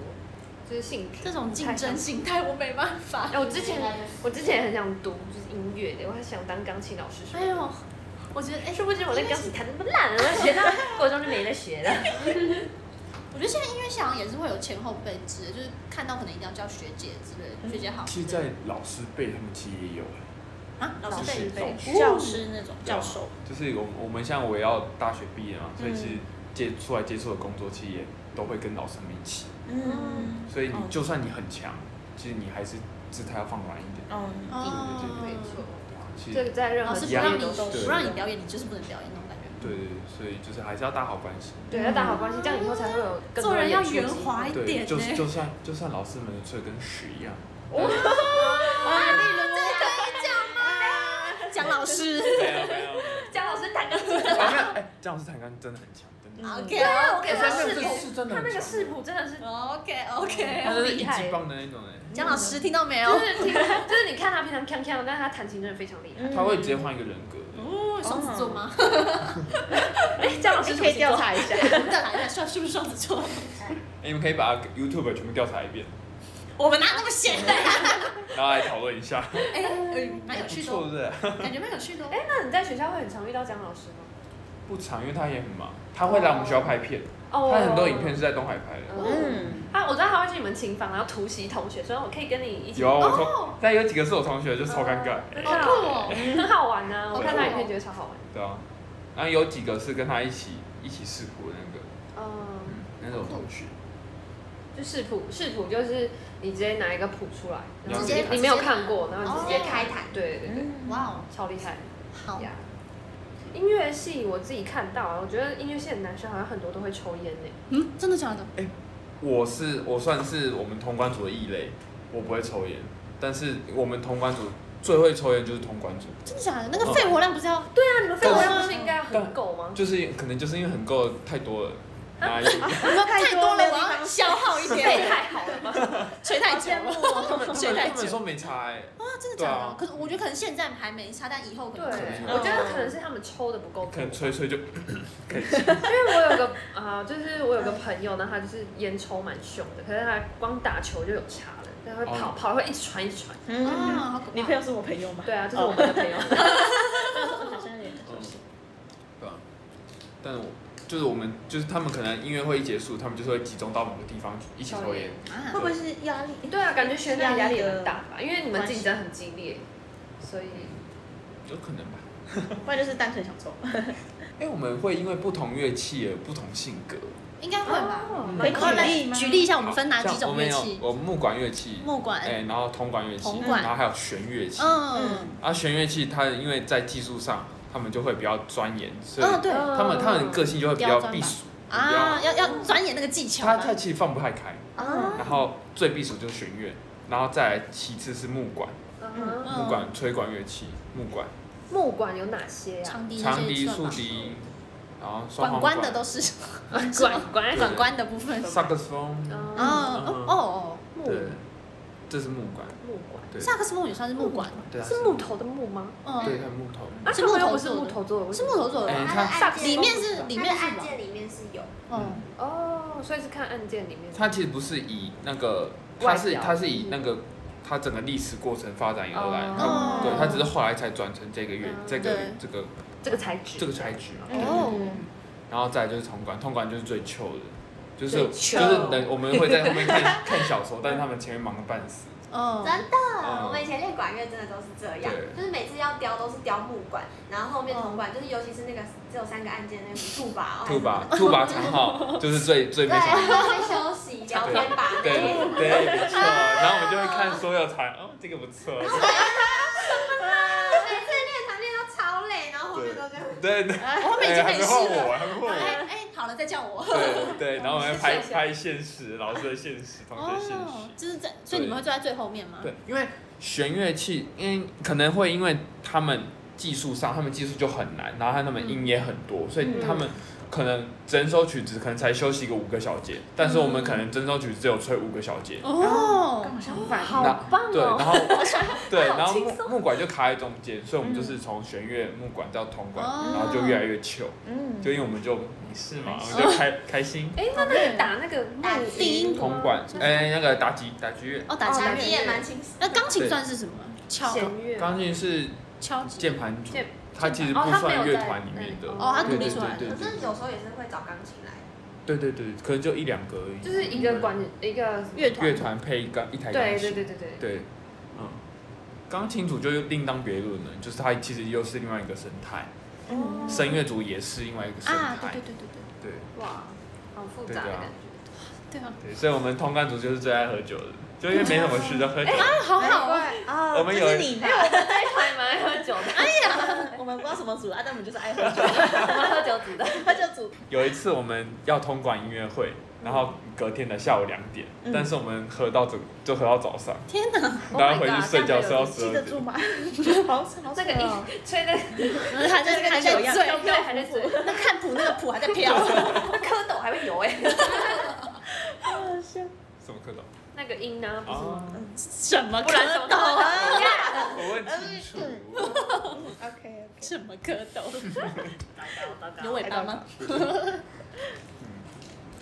Speaker 2: 就是兴趣。
Speaker 3: 这种竞争心态，我没办法。
Speaker 2: 哎，我之前我之前很想读就是音乐的，我还想当钢琴老师什
Speaker 3: 哎
Speaker 2: 么的。
Speaker 3: 呦，我觉得，哎，
Speaker 2: 殊不知我那钢琴弹得那么烂，我 学到高中就没得学了。
Speaker 3: 我觉得现在音乐系好像也是会有前后辈制的，就是看到可能一定要叫学姐之类的，学姐好
Speaker 5: 其实，在老师辈他们其实也有哎，
Speaker 3: 啊，老
Speaker 5: 就
Speaker 3: 师
Speaker 5: 是
Speaker 3: 辈、
Speaker 5: 老师
Speaker 3: 教师那种教授，
Speaker 5: 就是我我们像我要大学毕业嘛，所以其实接出来接触的工作其实也都会跟老师们一起，
Speaker 6: 嗯，
Speaker 5: 所以你
Speaker 6: 哦
Speaker 5: 就算你很强，其实你还是姿态要放软一点。
Speaker 6: 哦，
Speaker 3: 哦
Speaker 5: 对
Speaker 2: 没错，
Speaker 5: 对啊其
Speaker 2: 这
Speaker 5: 实
Speaker 2: 个在任
Speaker 3: 老
Speaker 2: 何
Speaker 3: 师
Speaker 2: 职
Speaker 3: 不
Speaker 2: 业
Speaker 3: 让
Speaker 5: 样
Speaker 3: 你
Speaker 2: 都是。
Speaker 5: 对
Speaker 3: 不让你表演，你就是不能表演那种感觉。
Speaker 5: 对对对，所以就是还是要打好关系。
Speaker 2: 对，要打好关系，这样以后才会有更多
Speaker 3: 做
Speaker 2: 的
Speaker 3: 人要
Speaker 2: 演出
Speaker 3: 圆
Speaker 2: 机会
Speaker 3: 滑一
Speaker 5: 对，
Speaker 3: 点
Speaker 5: 就
Speaker 3: 呢
Speaker 5: 就算就算老师们的吹得跟屎一样，
Speaker 3: 讲老师
Speaker 5: 没有没有 没有，
Speaker 2: 姜老师弹钢琴，
Speaker 5: 啊哦没有哎，姜老师弹钢真的很强，真
Speaker 2: 嗯
Speaker 5: 的。
Speaker 3: 嗯
Speaker 5: 哎
Speaker 3: ，OK
Speaker 2: 我给他视谱，
Speaker 5: 是
Speaker 3: 嗯
Speaker 5: 真
Speaker 2: 啊他那
Speaker 5: 的很
Speaker 2: 个
Speaker 5: 强，
Speaker 2: 视谱真的是，
Speaker 3: OK OK，
Speaker 5: 他是一
Speaker 2: 厉
Speaker 5: 级
Speaker 2: 害
Speaker 5: 棒的那种哎，
Speaker 3: 讲老师听到没有
Speaker 2: 就？是听，就是你看他平常锵锵，但是他弹琴真的非常厉
Speaker 3: 嗯
Speaker 2: 害。
Speaker 5: 他会直接换一个人格
Speaker 2: 嗯
Speaker 5: 的。
Speaker 3: 哦，双子座吗？
Speaker 2: 哎，姜老师
Speaker 6: 你可以调，查一下。
Speaker 3: 我 们再来一下，是是不是双子座？
Speaker 5: 哎你们可以把 YouTube 全部调查一遍，
Speaker 3: 我们哪有那么闲啊的？
Speaker 5: 然后来讨论一下，
Speaker 3: 哎，哎蛮 有
Speaker 5: 不
Speaker 3: 趣的
Speaker 5: 错对
Speaker 3: 哦，
Speaker 5: 不对？
Speaker 3: 感觉蛮有趣的哦。
Speaker 2: 哎，那你在学校会很常遇到姜老师吗？
Speaker 5: 不长，因为他也很忙，他会来我们学校拍片，
Speaker 2: 哦
Speaker 5: 他很多影片。是在东海拍的。
Speaker 2: 嗯，
Speaker 6: 嗯，
Speaker 2: 他我知道他会去你们琴房，然后突袭同学，所以我可以跟你一起。
Speaker 5: 有啊，我
Speaker 2: 哦
Speaker 5: 同，但有几个是我同学，就超尴尬。
Speaker 2: 真的
Speaker 3: 好酷哦！
Speaker 2: 很好玩呢。我看他
Speaker 3: 好酷哦
Speaker 2: 影片觉得超好玩。
Speaker 5: 对啊，然后有几个是跟他一起一起试谱的那个，
Speaker 2: 嗯，
Speaker 5: 嗯，那是我同学。
Speaker 2: 就视谱，视谱就是你直接拿一个谱出来，然后
Speaker 5: 直接
Speaker 2: 你你没有看过，然
Speaker 3: 哦
Speaker 2: 后你直
Speaker 4: 直接
Speaker 2: 接
Speaker 4: 开台，
Speaker 2: 对对对，
Speaker 3: 哇哦，
Speaker 2: 超厉害。
Speaker 5: 哦
Speaker 3: 好，
Speaker 2: 呀音乐系我自己看到啊，我觉得音乐系的男生好像很多都会抽烟呢、
Speaker 3: 嗯，真的假的？
Speaker 5: 我是我算是我们通关组的异类，我不会抽烟，但是我们通关组最会抽烟就是通关组，
Speaker 3: 真的假的？那个肺活量不是要
Speaker 2: 那你们肺活量不是应该很够吗？
Speaker 5: 就是可能就是因为很够太多了，拿一
Speaker 3: 太多了，我要消耗一
Speaker 2: 肺
Speaker 3: 点，
Speaker 2: 太好了吧？
Speaker 3: 吹太久了， 吹太
Speaker 5: 他们
Speaker 3: 久。
Speaker 5: 说没差哎、
Speaker 3: 哦哇，真的假
Speaker 5: 对
Speaker 3: 的
Speaker 5: 啊？
Speaker 3: 可是我觉得可能现在还没差，但以后可
Speaker 2: 对，
Speaker 3: 能会
Speaker 5: 嗯
Speaker 2: 我觉得可能是他们抽的不够
Speaker 5: 可
Speaker 2: 多，
Speaker 5: 能吹吹就
Speaker 2: 因为我有个啊、就是我有个朋友呢，他就是烟抽蛮凶的，可是他光打球就有差了，他会跑、
Speaker 5: 哦
Speaker 2: 跑会一直传一直传。
Speaker 6: 嗯，
Speaker 3: 啊，好可
Speaker 6: 你
Speaker 3: 怕
Speaker 6: 朋。友是我朋友吗？
Speaker 2: 对啊，这是我们的朋友。
Speaker 6: 我好像也
Speaker 5: 对吧、啊但我就是我们就是他们可能音乐会一结束，他们就是会集中到某个地方一起抽烟，
Speaker 3: 啊
Speaker 6: 会不会是压力？
Speaker 2: 对啊，感觉学生压力也很大
Speaker 6: 压力
Speaker 2: 吧，因为你们竞争很激烈，所以
Speaker 5: 有可能吧。
Speaker 6: 的，不然就是单纯想抽。
Speaker 5: 哎、我们会因为不同乐器有不同性格，
Speaker 3: 应该会吧？
Speaker 2: 哦
Speaker 6: 可以举例吗
Speaker 3: 来举例一下，我们分哪几
Speaker 5: 像
Speaker 3: 种
Speaker 5: 我们
Speaker 3: 乐
Speaker 5: 有
Speaker 3: 器？
Speaker 5: 我们木管乐器，
Speaker 3: 木管，
Speaker 5: 哎、然后铜管乐器
Speaker 3: 铜，管
Speaker 5: 然后还有弦乐器，
Speaker 3: 嗯，
Speaker 5: 啊，弦乐器它因为在技术上，他们就会比较钻研，所以
Speaker 2: 哦
Speaker 3: 嗯，对
Speaker 5: 他们他们个性就会比较避暑，比
Speaker 3: 啊，
Speaker 5: 较
Speaker 3: 要要钻研那个技巧
Speaker 5: 他
Speaker 3: 嘛。
Speaker 5: 他其实放不太开，
Speaker 3: 啊，
Speaker 5: 然后最避暑就是弦乐，然后再来其次是木管，
Speaker 2: 嗯，
Speaker 5: 木管吹管乐器，木管
Speaker 2: 木管有哪些啊？
Speaker 3: 长笛、
Speaker 5: 长笛、竖
Speaker 3: 竖，
Speaker 5: 笛，然后双
Speaker 3: 管
Speaker 5: 簧
Speaker 3: 管的都是
Speaker 2: 管管
Speaker 5: 对
Speaker 3: 管管的部分。
Speaker 5: 萨克斯风，
Speaker 3: 哦
Speaker 2: 嗯，
Speaker 3: 哦哦
Speaker 2: 木
Speaker 5: 对，这是木管，
Speaker 2: 木管
Speaker 3: 哦，
Speaker 5: 对，
Speaker 3: 萨克斯风也算是木管，
Speaker 5: 对啊，
Speaker 2: 是木，头的木吗？
Speaker 5: 对，
Speaker 6: 哦
Speaker 3: 嗯，
Speaker 5: 它是木头，
Speaker 2: 啊，
Speaker 3: 是
Speaker 2: 他
Speaker 3: 木
Speaker 2: 们又
Speaker 3: 头
Speaker 2: 不是
Speaker 3: 做的
Speaker 2: 木头做的，
Speaker 3: 是木头做的
Speaker 5: 哎
Speaker 3: 吧，
Speaker 4: 它的按键
Speaker 3: 里面是里
Speaker 4: 它
Speaker 3: 面
Speaker 4: 的
Speaker 3: 是
Speaker 4: 按
Speaker 3: 吧？
Speaker 4: 键里面是有，
Speaker 3: 嗯，
Speaker 2: 哦，所以是看按键里面。
Speaker 5: 它其实不是以那个，
Speaker 2: 外
Speaker 5: 它是
Speaker 2: 表
Speaker 5: 它是以那个它整个历史过程发展以而来，它
Speaker 2: 哦
Speaker 5: 对，它只是后来才转成这个乐
Speaker 2: 嗯
Speaker 5: 这个
Speaker 3: 对
Speaker 5: 这个
Speaker 2: 这个材质，
Speaker 5: 这个材质嘛，对。
Speaker 3: 哦，
Speaker 5: 然后再来就是铜管，铜管就是最 c 的，就是
Speaker 2: 最
Speaker 5: 就
Speaker 2: chill
Speaker 5: 是能我们会在后面看看小说，但是他们前面忙个半死。
Speaker 3: 哦，
Speaker 4: 真的，
Speaker 5: 嗯
Speaker 4: 我们以前练管乐真的都是这样
Speaker 5: 对，
Speaker 4: 就是每次要雕都是雕木管，然后后面铜管就是尤其是那个只有三个按键那个兔把，
Speaker 3: 哦
Speaker 5: 兔拔兔拔长号就是最最
Speaker 4: 对，
Speaker 5: 没什么。
Speaker 4: 然后会休息聊天吧，
Speaker 5: 对对，没错。然后我们就会看所有台，哦，这个不错。
Speaker 4: 啊每次练团练到超累，然后后面都这样。
Speaker 5: 对对，
Speaker 3: 哦我后面已
Speaker 5: 哎
Speaker 3: 经
Speaker 5: 还
Speaker 3: 很
Speaker 5: 没
Speaker 3: 试
Speaker 5: 换
Speaker 3: 了。
Speaker 5: 我，还没换我。
Speaker 3: 哎哎，好了，再叫
Speaker 5: 哦
Speaker 3: 我。
Speaker 5: 对对，然后我们还
Speaker 2: 是
Speaker 5: 拍
Speaker 2: 现实
Speaker 5: 拍现实，老师的现实，同学的现
Speaker 3: 哦
Speaker 5: 实，。
Speaker 3: 就是在，所以你们会坐在最后面吗？
Speaker 5: 对，因为弦乐器，因为可能会因为他们技术上，他们技术就很难，然后他们音也很
Speaker 2: 嗯
Speaker 5: 多，所以他们可能整首曲子可能才休息个五个小节，但是我们可能整首曲子只有吹五个小节。
Speaker 3: 哦
Speaker 6: 刚，好相反，
Speaker 2: 好棒
Speaker 5: 对，然
Speaker 2: 哦！
Speaker 5: 后对，然后木木管就卡在中间，所以我们就是从弦乐、木管到铜管，
Speaker 3: 哦
Speaker 5: 然后就越来越糗。
Speaker 6: 嗯，
Speaker 5: 就因为我们就没事
Speaker 2: 嗯
Speaker 5: 嘛，我们就开 开心。
Speaker 2: 哎，那那你打那个
Speaker 4: 打
Speaker 2: 木
Speaker 4: 低音
Speaker 5: 铜管，哎，那个打击打击乐，
Speaker 3: 哦，打击
Speaker 2: 哦打
Speaker 4: 你
Speaker 2: 击
Speaker 3: 乐，
Speaker 4: 也蛮清晰。
Speaker 3: 那钢琴算是什么？敲
Speaker 2: 弦乐，
Speaker 5: 钢琴是
Speaker 3: 敲击。
Speaker 5: 键盘组
Speaker 2: 键，
Speaker 5: 它其实
Speaker 2: 哦
Speaker 5: 不
Speaker 2: 它没有
Speaker 5: 算乐
Speaker 2: 在
Speaker 5: 团里
Speaker 2: 那里
Speaker 5: 面的。
Speaker 3: 哦，
Speaker 6: 啊
Speaker 3: 他独
Speaker 5: 对
Speaker 3: 立
Speaker 5: 对
Speaker 3: 出来
Speaker 5: 对
Speaker 3: 的。
Speaker 4: 我真的有时候也是会找钢琴来，
Speaker 5: 对对对，可能就一两个而已。
Speaker 2: 就是一个管一个
Speaker 6: 乐团
Speaker 5: 乐团配一个一台钢
Speaker 2: 对对
Speaker 5: 琴。
Speaker 2: 对对对，
Speaker 5: 对，嗯，钢琴组就另当别论了，就是它其实又是另外一个生态，
Speaker 6: 嗯
Speaker 5: 声乐组也是另外一个生
Speaker 3: 啊，对
Speaker 5: 态
Speaker 3: 对。对对对
Speaker 5: 对
Speaker 2: 哇，好复
Speaker 5: 对
Speaker 2: 杂的
Speaker 5: 对啊
Speaker 2: 感觉。
Speaker 3: 对啊，
Speaker 5: 对，所以我们通关组就是最爱喝酒的，就因为没什么事就喝酒。
Speaker 3: 好好啊，
Speaker 6: 啊，
Speaker 5: 我们有
Speaker 6: 就是你吧，
Speaker 2: 在团哦哎蛮爱喝酒 的，
Speaker 6: 我们不知道什么组啊，但我们就是爱喝酒，
Speaker 2: 我们喝酒 组的。
Speaker 6: 喝酒组。
Speaker 5: 有一次我们要通关音乐会，然后隔天的下午两点，
Speaker 6: 嗯
Speaker 5: 但是我们喝到整就喝到早上，
Speaker 6: 天哪，
Speaker 5: 然后回去睡觉睡到十
Speaker 6: 记
Speaker 5: 二
Speaker 6: 得住
Speaker 5: 点。
Speaker 6: 吗？好惨，好
Speaker 2: 那
Speaker 6: 惨
Speaker 2: 个
Speaker 6: 哦！
Speaker 2: 一吹的
Speaker 3: 他在
Speaker 6: 跟
Speaker 3: 他
Speaker 6: 他
Speaker 3: 在
Speaker 6: 酒一
Speaker 3: 醉
Speaker 6: 样，
Speaker 2: 对对还在嘴，
Speaker 6: 那看谱那个谱还在 飘，
Speaker 2: 那蝌蚪还会
Speaker 4: 欸
Speaker 2: 游哎。
Speaker 6: 好笑
Speaker 5: 什么课到？
Speaker 2: 那个音呢？不是
Speaker 5: 啊，
Speaker 3: 什么
Speaker 2: 不然什么
Speaker 3: 蝌蚪啊？
Speaker 5: 我问清楚。
Speaker 6: OK，
Speaker 3: 什么蝌蚪？有
Speaker 6: 我
Speaker 3: 尾巴吗？？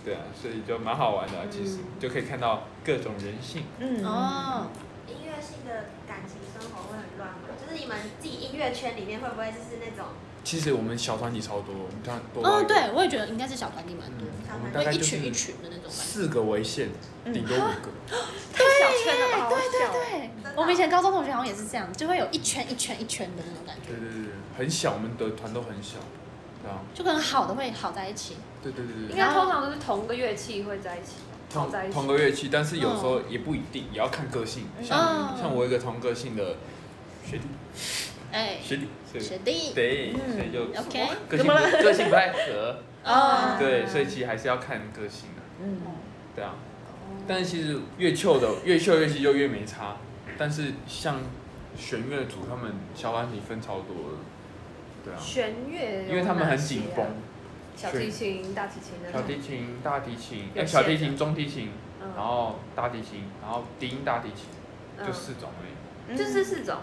Speaker 5: 对啊，所以就蛮好玩的啊、其实就可以看到各种人性。
Speaker 6: 嗯，
Speaker 3: 哦，
Speaker 4: 音乐系的感情生活会很乱吗？就是你们自己音乐圈里面会不会就是那种
Speaker 5: 其实我们小团体超多，我们团多到一
Speaker 3: 嗯，
Speaker 5: 个，
Speaker 3: 对，我也觉得应该是小团体蛮多
Speaker 5: 嗯，我们大
Speaker 3: 因
Speaker 5: 概
Speaker 3: 为一
Speaker 5: 就是
Speaker 3: 群一群的那种感觉。
Speaker 5: 四个为限，
Speaker 6: 嗯
Speaker 5: 顶多五个。
Speaker 2: 太小圈了吧，好小。
Speaker 3: 对
Speaker 4: 真的啊
Speaker 3: 我们以前高中同学好像也是这样，就会有一圈一圈一圈的那种感觉，
Speaker 5: 对对对对，很小，我们的团都很小，对啊，
Speaker 3: 就可能好的会好在一起，
Speaker 5: 对对对
Speaker 2: 应
Speaker 5: 对，
Speaker 2: 该通常都是同个乐器会在一起，好
Speaker 5: 同
Speaker 2: 在一起
Speaker 5: 同。个乐器，但是有时候也不一定，也要看个性。像
Speaker 3: 嗯
Speaker 5: 像我有一个同个性的学弟，
Speaker 3: 哎，
Speaker 5: 学弟，对
Speaker 3: 学弟
Speaker 5: 对，
Speaker 6: 嗯
Speaker 5: 所以就
Speaker 3: OK
Speaker 5: 个性
Speaker 6: 怎么了
Speaker 5: 不个性不太合，
Speaker 3: 哦，
Speaker 5: 对，所以其实还是要看个性的。
Speaker 6: 嗯，
Speaker 2: 哦
Speaker 5: 对啊，但是其实越旧的越旧越戏就越没差，但是像弦乐组他们小团体分超多的，对啊，
Speaker 2: 弦乐有哪些啊，
Speaker 5: 因为他们很紧绷，
Speaker 2: 小提琴、大提琴那
Speaker 5: 小
Speaker 2: 种，
Speaker 5: 提琴、大提琴，
Speaker 2: 有
Speaker 5: 哎，
Speaker 2: 线
Speaker 5: 小提琴、中提琴，
Speaker 2: 嗯
Speaker 5: 然后大提琴，然后低音大提琴，
Speaker 2: 嗯
Speaker 5: 就四种而已。
Speaker 2: 就这四种。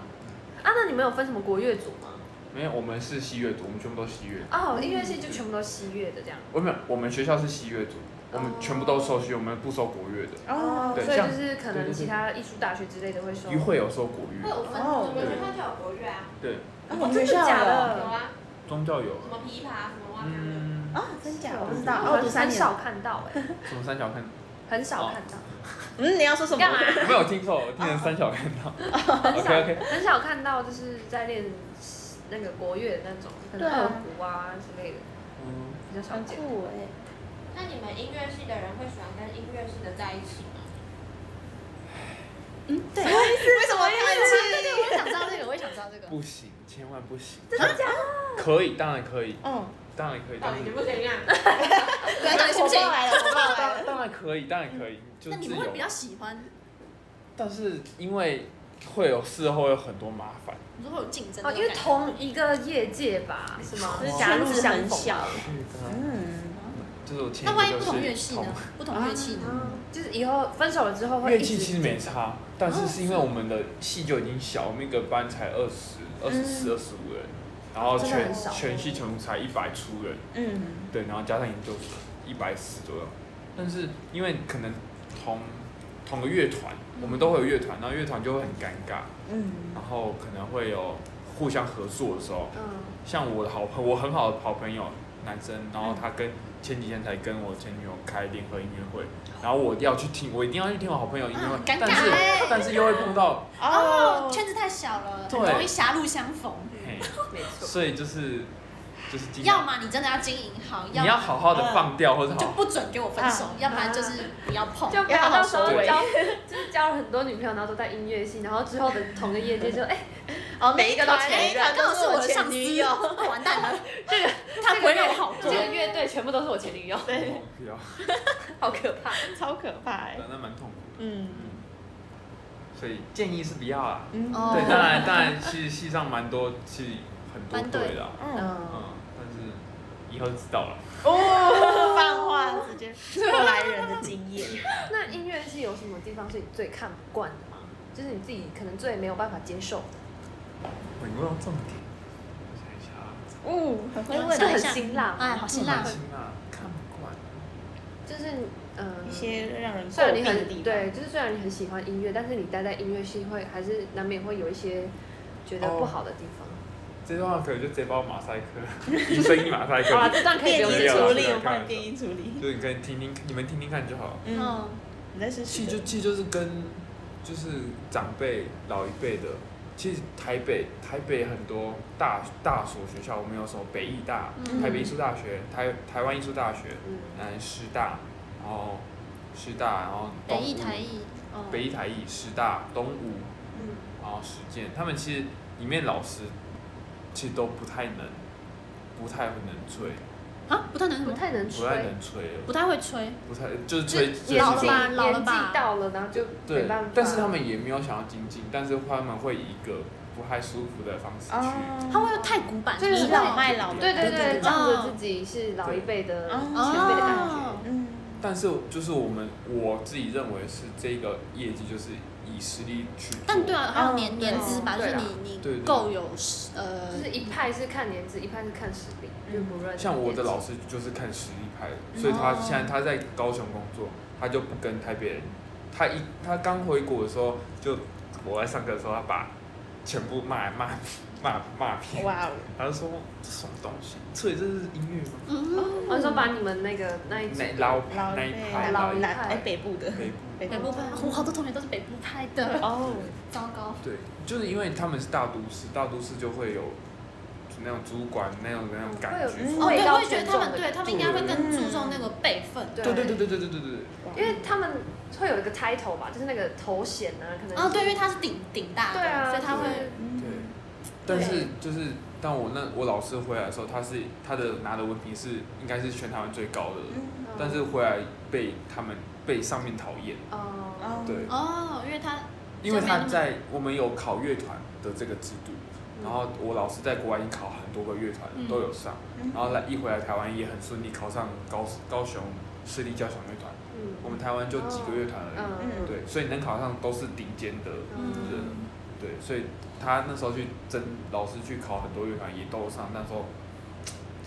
Speaker 2: 啊，那你们有分什么国乐组吗？
Speaker 5: 没有，我们是西乐组，我们全部都西乐。
Speaker 2: 哦，音乐系就全部都西乐的这样。
Speaker 5: 我没有，我们学校是西乐组，我们全部都收西乐，我们不收国乐的。
Speaker 6: 哦，
Speaker 5: 对
Speaker 2: 所以
Speaker 5: 像
Speaker 2: 就是可
Speaker 5: 对
Speaker 2: 能
Speaker 5: 对对
Speaker 2: 其他艺术大学之类的会收。
Speaker 5: 于会有收国
Speaker 4: 会
Speaker 5: 乐，
Speaker 4: 有分
Speaker 6: 哦
Speaker 4: 组？有学校就有国乐啊，
Speaker 5: 对，
Speaker 6: 我们
Speaker 2: 真
Speaker 6: 学
Speaker 2: 的
Speaker 6: 校
Speaker 2: 假
Speaker 6: 哦的
Speaker 4: 有
Speaker 2: 的？
Speaker 4: 啊，
Speaker 5: 宗教有
Speaker 4: 什，么琵琶什么哇那样的。
Speaker 5: 嗯，
Speaker 2: 哦
Speaker 6: 啊，真假我不知
Speaker 2: 我
Speaker 6: 道，
Speaker 2: 好
Speaker 6: 我
Speaker 2: 像
Speaker 6: 读三
Speaker 2: 很
Speaker 6: 年，
Speaker 2: 少看到哎，
Speaker 5: 什么三角看，
Speaker 2: 很少看到。
Speaker 6: 嗯，你要说什么
Speaker 2: 干？嘛？
Speaker 5: 我没有听错，我听成三角看 到。
Speaker 2: 很
Speaker 5: OK
Speaker 2: 少
Speaker 5: OK。
Speaker 2: 很少看到就是在练那个国乐的那种，可能
Speaker 6: 对啊
Speaker 2: 二胡啊之类的，
Speaker 5: 嗯
Speaker 2: 比较少见。
Speaker 6: 酷哎，
Speaker 4: 那你们音乐系的人会喜欢跟音乐系的在一起吗？
Speaker 3: 嗯，对，
Speaker 6: 为什么
Speaker 3: 对对，
Speaker 6: 叹
Speaker 3: 我也想知道这个，我也想知道这个。
Speaker 5: 不行，千万不行。
Speaker 2: 真的假的？
Speaker 5: 可以，当然可以，
Speaker 6: 嗯，
Speaker 5: 当然可以，
Speaker 4: 到
Speaker 5: 但
Speaker 4: 底行
Speaker 5: 是
Speaker 4: 不 行啊？
Speaker 3: 对，到底行不行？
Speaker 6: 火爆来了火爆来了
Speaker 5: 当当然可以，当然可以，就
Speaker 3: 哎那你
Speaker 5: 自
Speaker 3: 们会
Speaker 5: 由
Speaker 3: 比。较喜欢，
Speaker 5: 但是因为会有事后有很多麻烦，
Speaker 3: 你说会有竞争
Speaker 2: 哦，
Speaker 3: 的
Speaker 2: 因为
Speaker 3: 感觉
Speaker 2: 同一个业界吧，是吗？
Speaker 6: 就是
Speaker 2: 狭
Speaker 6: 哦圈
Speaker 2: 路
Speaker 6: 子
Speaker 2: 相
Speaker 6: 很
Speaker 2: 逢
Speaker 6: 小，嗯，
Speaker 5: 就是我前
Speaker 3: 那
Speaker 5: 一个
Speaker 3: 万一
Speaker 5: 就
Speaker 3: 不
Speaker 5: 是
Speaker 3: 同乐器呢
Speaker 5: 同？
Speaker 3: 不同乐器呢？
Speaker 2: 哦就是以后分手了之后会
Speaker 5: 乐
Speaker 2: 一
Speaker 5: 器
Speaker 2: 直
Speaker 5: 其实没差，但是是因为我们的系就已经小，我们一个班才二十二十四、二十五人，然后
Speaker 2: 真的
Speaker 5: 全
Speaker 2: 很少
Speaker 5: 全系全部才一百出人，
Speaker 6: 嗯，
Speaker 5: 对，然后加上研究所一百四左右。但是因为可能同同个乐团，我们都会有乐团，然后乐团就会很尴尬，
Speaker 6: 嗯，
Speaker 5: 然后可能会有互相合作的时候，
Speaker 2: 嗯，
Speaker 5: 像我的好朋我 很好的好朋友男生，然后他跟前几天才跟我前女友开联合音乐会，然后我要去听，我一定要去听我好朋友音乐会，
Speaker 3: 啊尴尬
Speaker 5: 但是
Speaker 3: 欸
Speaker 5: 但是又会碰到，
Speaker 3: 哦
Speaker 6: 哦，，
Speaker 3: 圈子太小了，很
Speaker 5: 啊对
Speaker 3: 容易狭路相逢。
Speaker 5: 嘿，
Speaker 2: 没错。
Speaker 5: 所以就是就是尽量
Speaker 3: 要么你真的要经营好，
Speaker 5: 你
Speaker 3: 要
Speaker 5: 要
Speaker 3: 么
Speaker 5: 好啊好的放掉，或者
Speaker 3: 就
Speaker 5: 好
Speaker 3: 不准给我分手，要不然就是不要碰。
Speaker 2: 就不要到时候
Speaker 5: 要好好收尾
Speaker 2: 交， 就是交了很多女朋友，然后都在音乐系，然后之后的同个业界就哎，
Speaker 6: 哦，每一个都
Speaker 3: 哎
Speaker 6: 前
Speaker 3: 刚
Speaker 6: 任，
Speaker 3: 好是我的上
Speaker 6: 前
Speaker 3: 司哦
Speaker 6: 女友，，
Speaker 3: 完蛋了，
Speaker 2: 这个
Speaker 3: 他不会让我好
Speaker 2: 这
Speaker 3: 过。
Speaker 2: 个乐队全部都是我前女友，
Speaker 6: 对，
Speaker 5: 不要，
Speaker 2: 好可怕。
Speaker 6: 超可怕哎，
Speaker 5: 那蛮痛苦
Speaker 6: 嗯
Speaker 5: 的，所以建议是不要啊。
Speaker 6: 嗯
Speaker 3: 哦
Speaker 5: 对，当然当然，其实系上蛮多，其实很
Speaker 3: 班
Speaker 5: 多
Speaker 3: 队
Speaker 5: 队啦，
Speaker 6: 嗯，
Speaker 2: 嗯，
Speaker 5: 嗯，但是以后知道了。
Speaker 6: 哦，放话直接过来人的经 验。
Speaker 2: 那音乐系有什么地方是你最看不惯的吗？就是你自己可能最没有办法接受的，
Speaker 5: 我问到重点，我想一下啊，
Speaker 6: 哦，
Speaker 4: 嗯
Speaker 6: 很
Speaker 3: 会问
Speaker 2: 这
Speaker 3: 想
Speaker 2: 很
Speaker 3: 一下
Speaker 2: 辛辣吗，
Speaker 6: 啊
Speaker 3: 哎，好辛辣
Speaker 5: 蛮，辛辣，看不惯。
Speaker 2: 就是嗯，
Speaker 6: 一些让人
Speaker 2: 虽
Speaker 6: 诟
Speaker 2: 然你
Speaker 6: 病的地
Speaker 2: 很
Speaker 6: 方。
Speaker 2: 对，就是虽然你很喜欢音乐，但是你待在音乐系会还是难免会有一些觉得不好的地方。
Speaker 5: 这段话可能就直接把我马赛克， 一生一马赛
Speaker 2: 好了，
Speaker 5: 克。
Speaker 2: 这段可以
Speaker 6: 变
Speaker 2: 不
Speaker 6: 音
Speaker 2: 用剪
Speaker 5: 音处
Speaker 6: 处
Speaker 5: 理
Speaker 6: 理，
Speaker 5: 我
Speaker 6: 我
Speaker 5: 们
Speaker 6: 帮
Speaker 5: 帮
Speaker 6: 你变
Speaker 5: 你变
Speaker 6: 音处理。
Speaker 5: 就是你可以听听，你们听听看就好了。
Speaker 6: 嗯，
Speaker 3: 嗯，
Speaker 6: 你再试试。
Speaker 5: 气就气就是跟就是长辈老一辈的，其实台北台北很多大大所学校，我们有什么北艺大、
Speaker 3: 嗯
Speaker 5: 台北艺术大学、台台湾艺术大学、
Speaker 2: 嗯，
Speaker 5: 南师大，然后师大，然后
Speaker 3: 北
Speaker 5: 东
Speaker 3: 艺
Speaker 5: 吴
Speaker 3: 台艺，哦
Speaker 5: 北艺台艺、师大、东吴，
Speaker 4: 嗯，
Speaker 5: 然后实践，他们其实里面老师其实都不太能，不太会能吹，
Speaker 3: 啊，不太能什
Speaker 2: 不
Speaker 3: 么，
Speaker 2: 太能
Speaker 5: 不太
Speaker 2: 吹，
Speaker 5: 能吹了，
Speaker 3: 不太会吹，
Speaker 5: 不太就
Speaker 2: 就
Speaker 5: 是
Speaker 2: 是
Speaker 5: 吹
Speaker 2: 年
Speaker 5: 就
Speaker 2: 纪
Speaker 5: 是
Speaker 3: 老了吧老了
Speaker 2: 年纪
Speaker 3: 吧
Speaker 2: 到了，然后就没
Speaker 5: 对
Speaker 2: 办法。，
Speaker 5: 但是他们也没有想要精进，但是他们会以一个不太舒服的方式去。
Speaker 6: 哦，
Speaker 3: 他会太古板，
Speaker 2: 就是
Speaker 3: 遗
Speaker 2: 会
Speaker 3: 老，
Speaker 6: 卖老
Speaker 2: 对对对，
Speaker 3: 对
Speaker 2: 仗着自己是老一辈的
Speaker 6: 哦
Speaker 2: 前辈的感觉。
Speaker 3: 哦
Speaker 6: 嗯，
Speaker 5: 但是就是我们我自己认为是这个业绩就是以实力去做。
Speaker 3: 但对啊，还有
Speaker 6: 嗯
Speaker 3: 年
Speaker 6: 对
Speaker 3: 年资吧，就
Speaker 2: 对
Speaker 3: 是
Speaker 2: 啦
Speaker 3: 你
Speaker 5: 对
Speaker 3: 你
Speaker 5: 对
Speaker 3: 够有实呃
Speaker 2: 就是一派是看年资，一派是看实力，就
Speaker 6: 嗯
Speaker 2: 不认。
Speaker 5: 像我的老师就是看实力派的，所以他
Speaker 3: 哦
Speaker 5: 现在他在高雄工作，他就不跟台北人。他一他刚回国的时候，就我在上课的时候，他把全部骂骂骂骂遍，
Speaker 6: 哇哦，
Speaker 5: 他就说这什么东西，所以这是音乐吗？
Speaker 3: 嗯，
Speaker 2: 我说把哦你们那个那一组
Speaker 5: 那老
Speaker 6: 老
Speaker 5: 那一派
Speaker 6: 北
Speaker 2: 老一
Speaker 6: 南
Speaker 2: 派
Speaker 6: 哎北部的
Speaker 5: 北部
Speaker 6: 北
Speaker 3: 北部派，我好多同学都是北部派的，
Speaker 6: 哦，
Speaker 3: 糟糕，
Speaker 5: 对，就是因为他们是大都市，大都市就会有那种主管那种那种感
Speaker 2: 会有
Speaker 5: 觉。
Speaker 3: 哦，
Speaker 2: 味
Speaker 3: 对，
Speaker 2: 道
Speaker 3: 我也觉得
Speaker 2: 权
Speaker 3: 他
Speaker 2: 重
Speaker 3: 们
Speaker 2: 的
Speaker 3: 对他们应该会更注重那个辈分，
Speaker 5: 对对对对对对对对
Speaker 2: 因为他们会有一个 title 吧，就是那个头衔啊，可能
Speaker 3: 啊，对，因为他是顶顶大的，
Speaker 2: 对啊，
Speaker 3: 所以他
Speaker 2: 就是
Speaker 3: 会
Speaker 4: 嗯
Speaker 5: 对。但是就是当我那我老师回来的时候，他是他的拿的文凭是应该是全台湾最高的，
Speaker 2: 嗯
Speaker 5: 但是回来被他们被上面讨厌。
Speaker 2: 哦，
Speaker 6: 哦，
Speaker 5: 对，
Speaker 3: 哦，因为他
Speaker 5: 因为他在我们有考乐团的这个制度，
Speaker 2: 嗯
Speaker 5: 然后我老师在国外已经考很多个乐团
Speaker 3: 嗯
Speaker 5: 都有上，然后来一回来台湾也很顺利考上高高雄私立交响乐团，
Speaker 2: 嗯
Speaker 5: 我们台湾就几个乐团而已。
Speaker 2: 嗯，
Speaker 5: 对，所以能考上都是顶尖的
Speaker 2: 嗯
Speaker 5: 人，对，所以他那时候去争，老师去考很多乐团也都上，那时候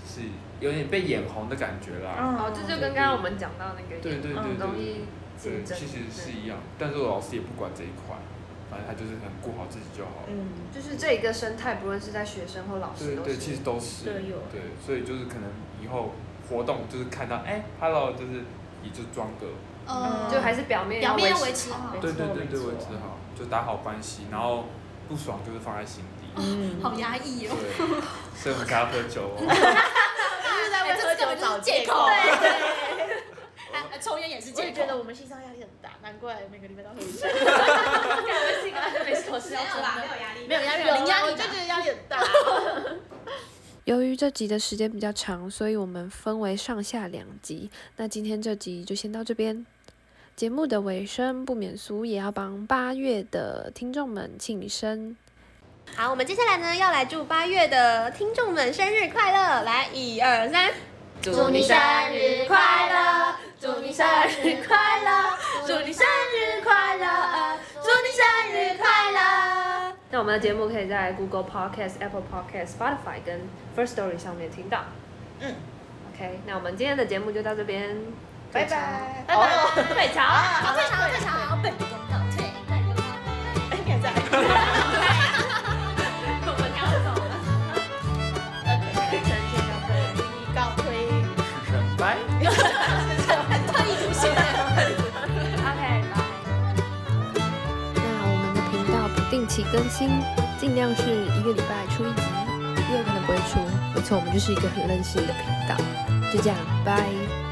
Speaker 5: 是有点被眼红的感觉啦。
Speaker 3: 嗯
Speaker 2: 哦，这就跟刚刚我们讲到那个
Speaker 5: 对对对
Speaker 2: 很
Speaker 5: 对
Speaker 2: 容
Speaker 5: 对
Speaker 2: 易
Speaker 5: 对，
Speaker 2: 竞争，
Speaker 5: 其实是一样，但是我老师也不管这一块，反正他就是很顾好自己就好了。
Speaker 6: 嗯，
Speaker 2: 就是这一个生态，不论是在学生或老师
Speaker 5: 对
Speaker 2: 都
Speaker 5: 对，
Speaker 2: 是
Speaker 5: 其实都是
Speaker 6: 对有
Speaker 5: 对，所以就是可能以后活动就是看到哎，hello，就是也就装个
Speaker 3: 呃，
Speaker 2: 嗯就还是表面
Speaker 3: 表面要维
Speaker 2: 持
Speaker 3: 持好，
Speaker 5: 对对
Speaker 6: 没错
Speaker 5: 对对
Speaker 6: 没错
Speaker 5: 维持好，就打好关系，然后不爽就是放在心
Speaker 4: 哦
Speaker 5: 底。
Speaker 6: 嗯
Speaker 3: 好压抑 哦，
Speaker 5: 对，所以我们才要喝酒哦。
Speaker 6: 就是在
Speaker 3: 哎这根本就是借 口，还还啊抽烟也是
Speaker 6: 我
Speaker 3: 借
Speaker 6: 也
Speaker 3: 口
Speaker 6: 觉，得我们心上压力很大，难怪每个礼拜都喝 酒。
Speaker 2: 性格就没什么
Speaker 4: 没有啦，没有压啊力，
Speaker 6: 没有压力，
Speaker 3: 有啦
Speaker 6: 零压力，我
Speaker 3: 我就
Speaker 6: 就
Speaker 3: 觉
Speaker 6: 觉得压力很 大。
Speaker 7: 由于这集的时间比较长，所以我们分为上下两集。那今天这集就先到这边。节目的尾声，不免俗也要帮八月的听众们庆生。
Speaker 4: 好，我们接下来呢要来祝八月的听众们生日快乐！来，一二三，
Speaker 2: 祝你生日快乐，祝你生日快乐，祝你生日快乐，祝你生日快 乐。那我们的节目可以在 Google Podcast、Apple Podcast、Spotify 跟 First Story 上面听到。
Speaker 6: 嗯
Speaker 2: ，OK，那我们今天的节目就到这边，
Speaker 6: 拜
Speaker 2: 退潮
Speaker 6: 拜，
Speaker 2: 拜
Speaker 3: 哦
Speaker 2: 拜，退潮。
Speaker 3: 好退场退场，然后被你公告退，那你就
Speaker 6: 哎你还在。
Speaker 3: 我们要走了。
Speaker 6: 告推。
Speaker 5: 拜。
Speaker 3: 特意出 现
Speaker 7: 那我们的频道不定期更新，尽量是一个礼拜出一集，也有可能不会出。没错，我们就是一个很任性的频道。就这样，拜。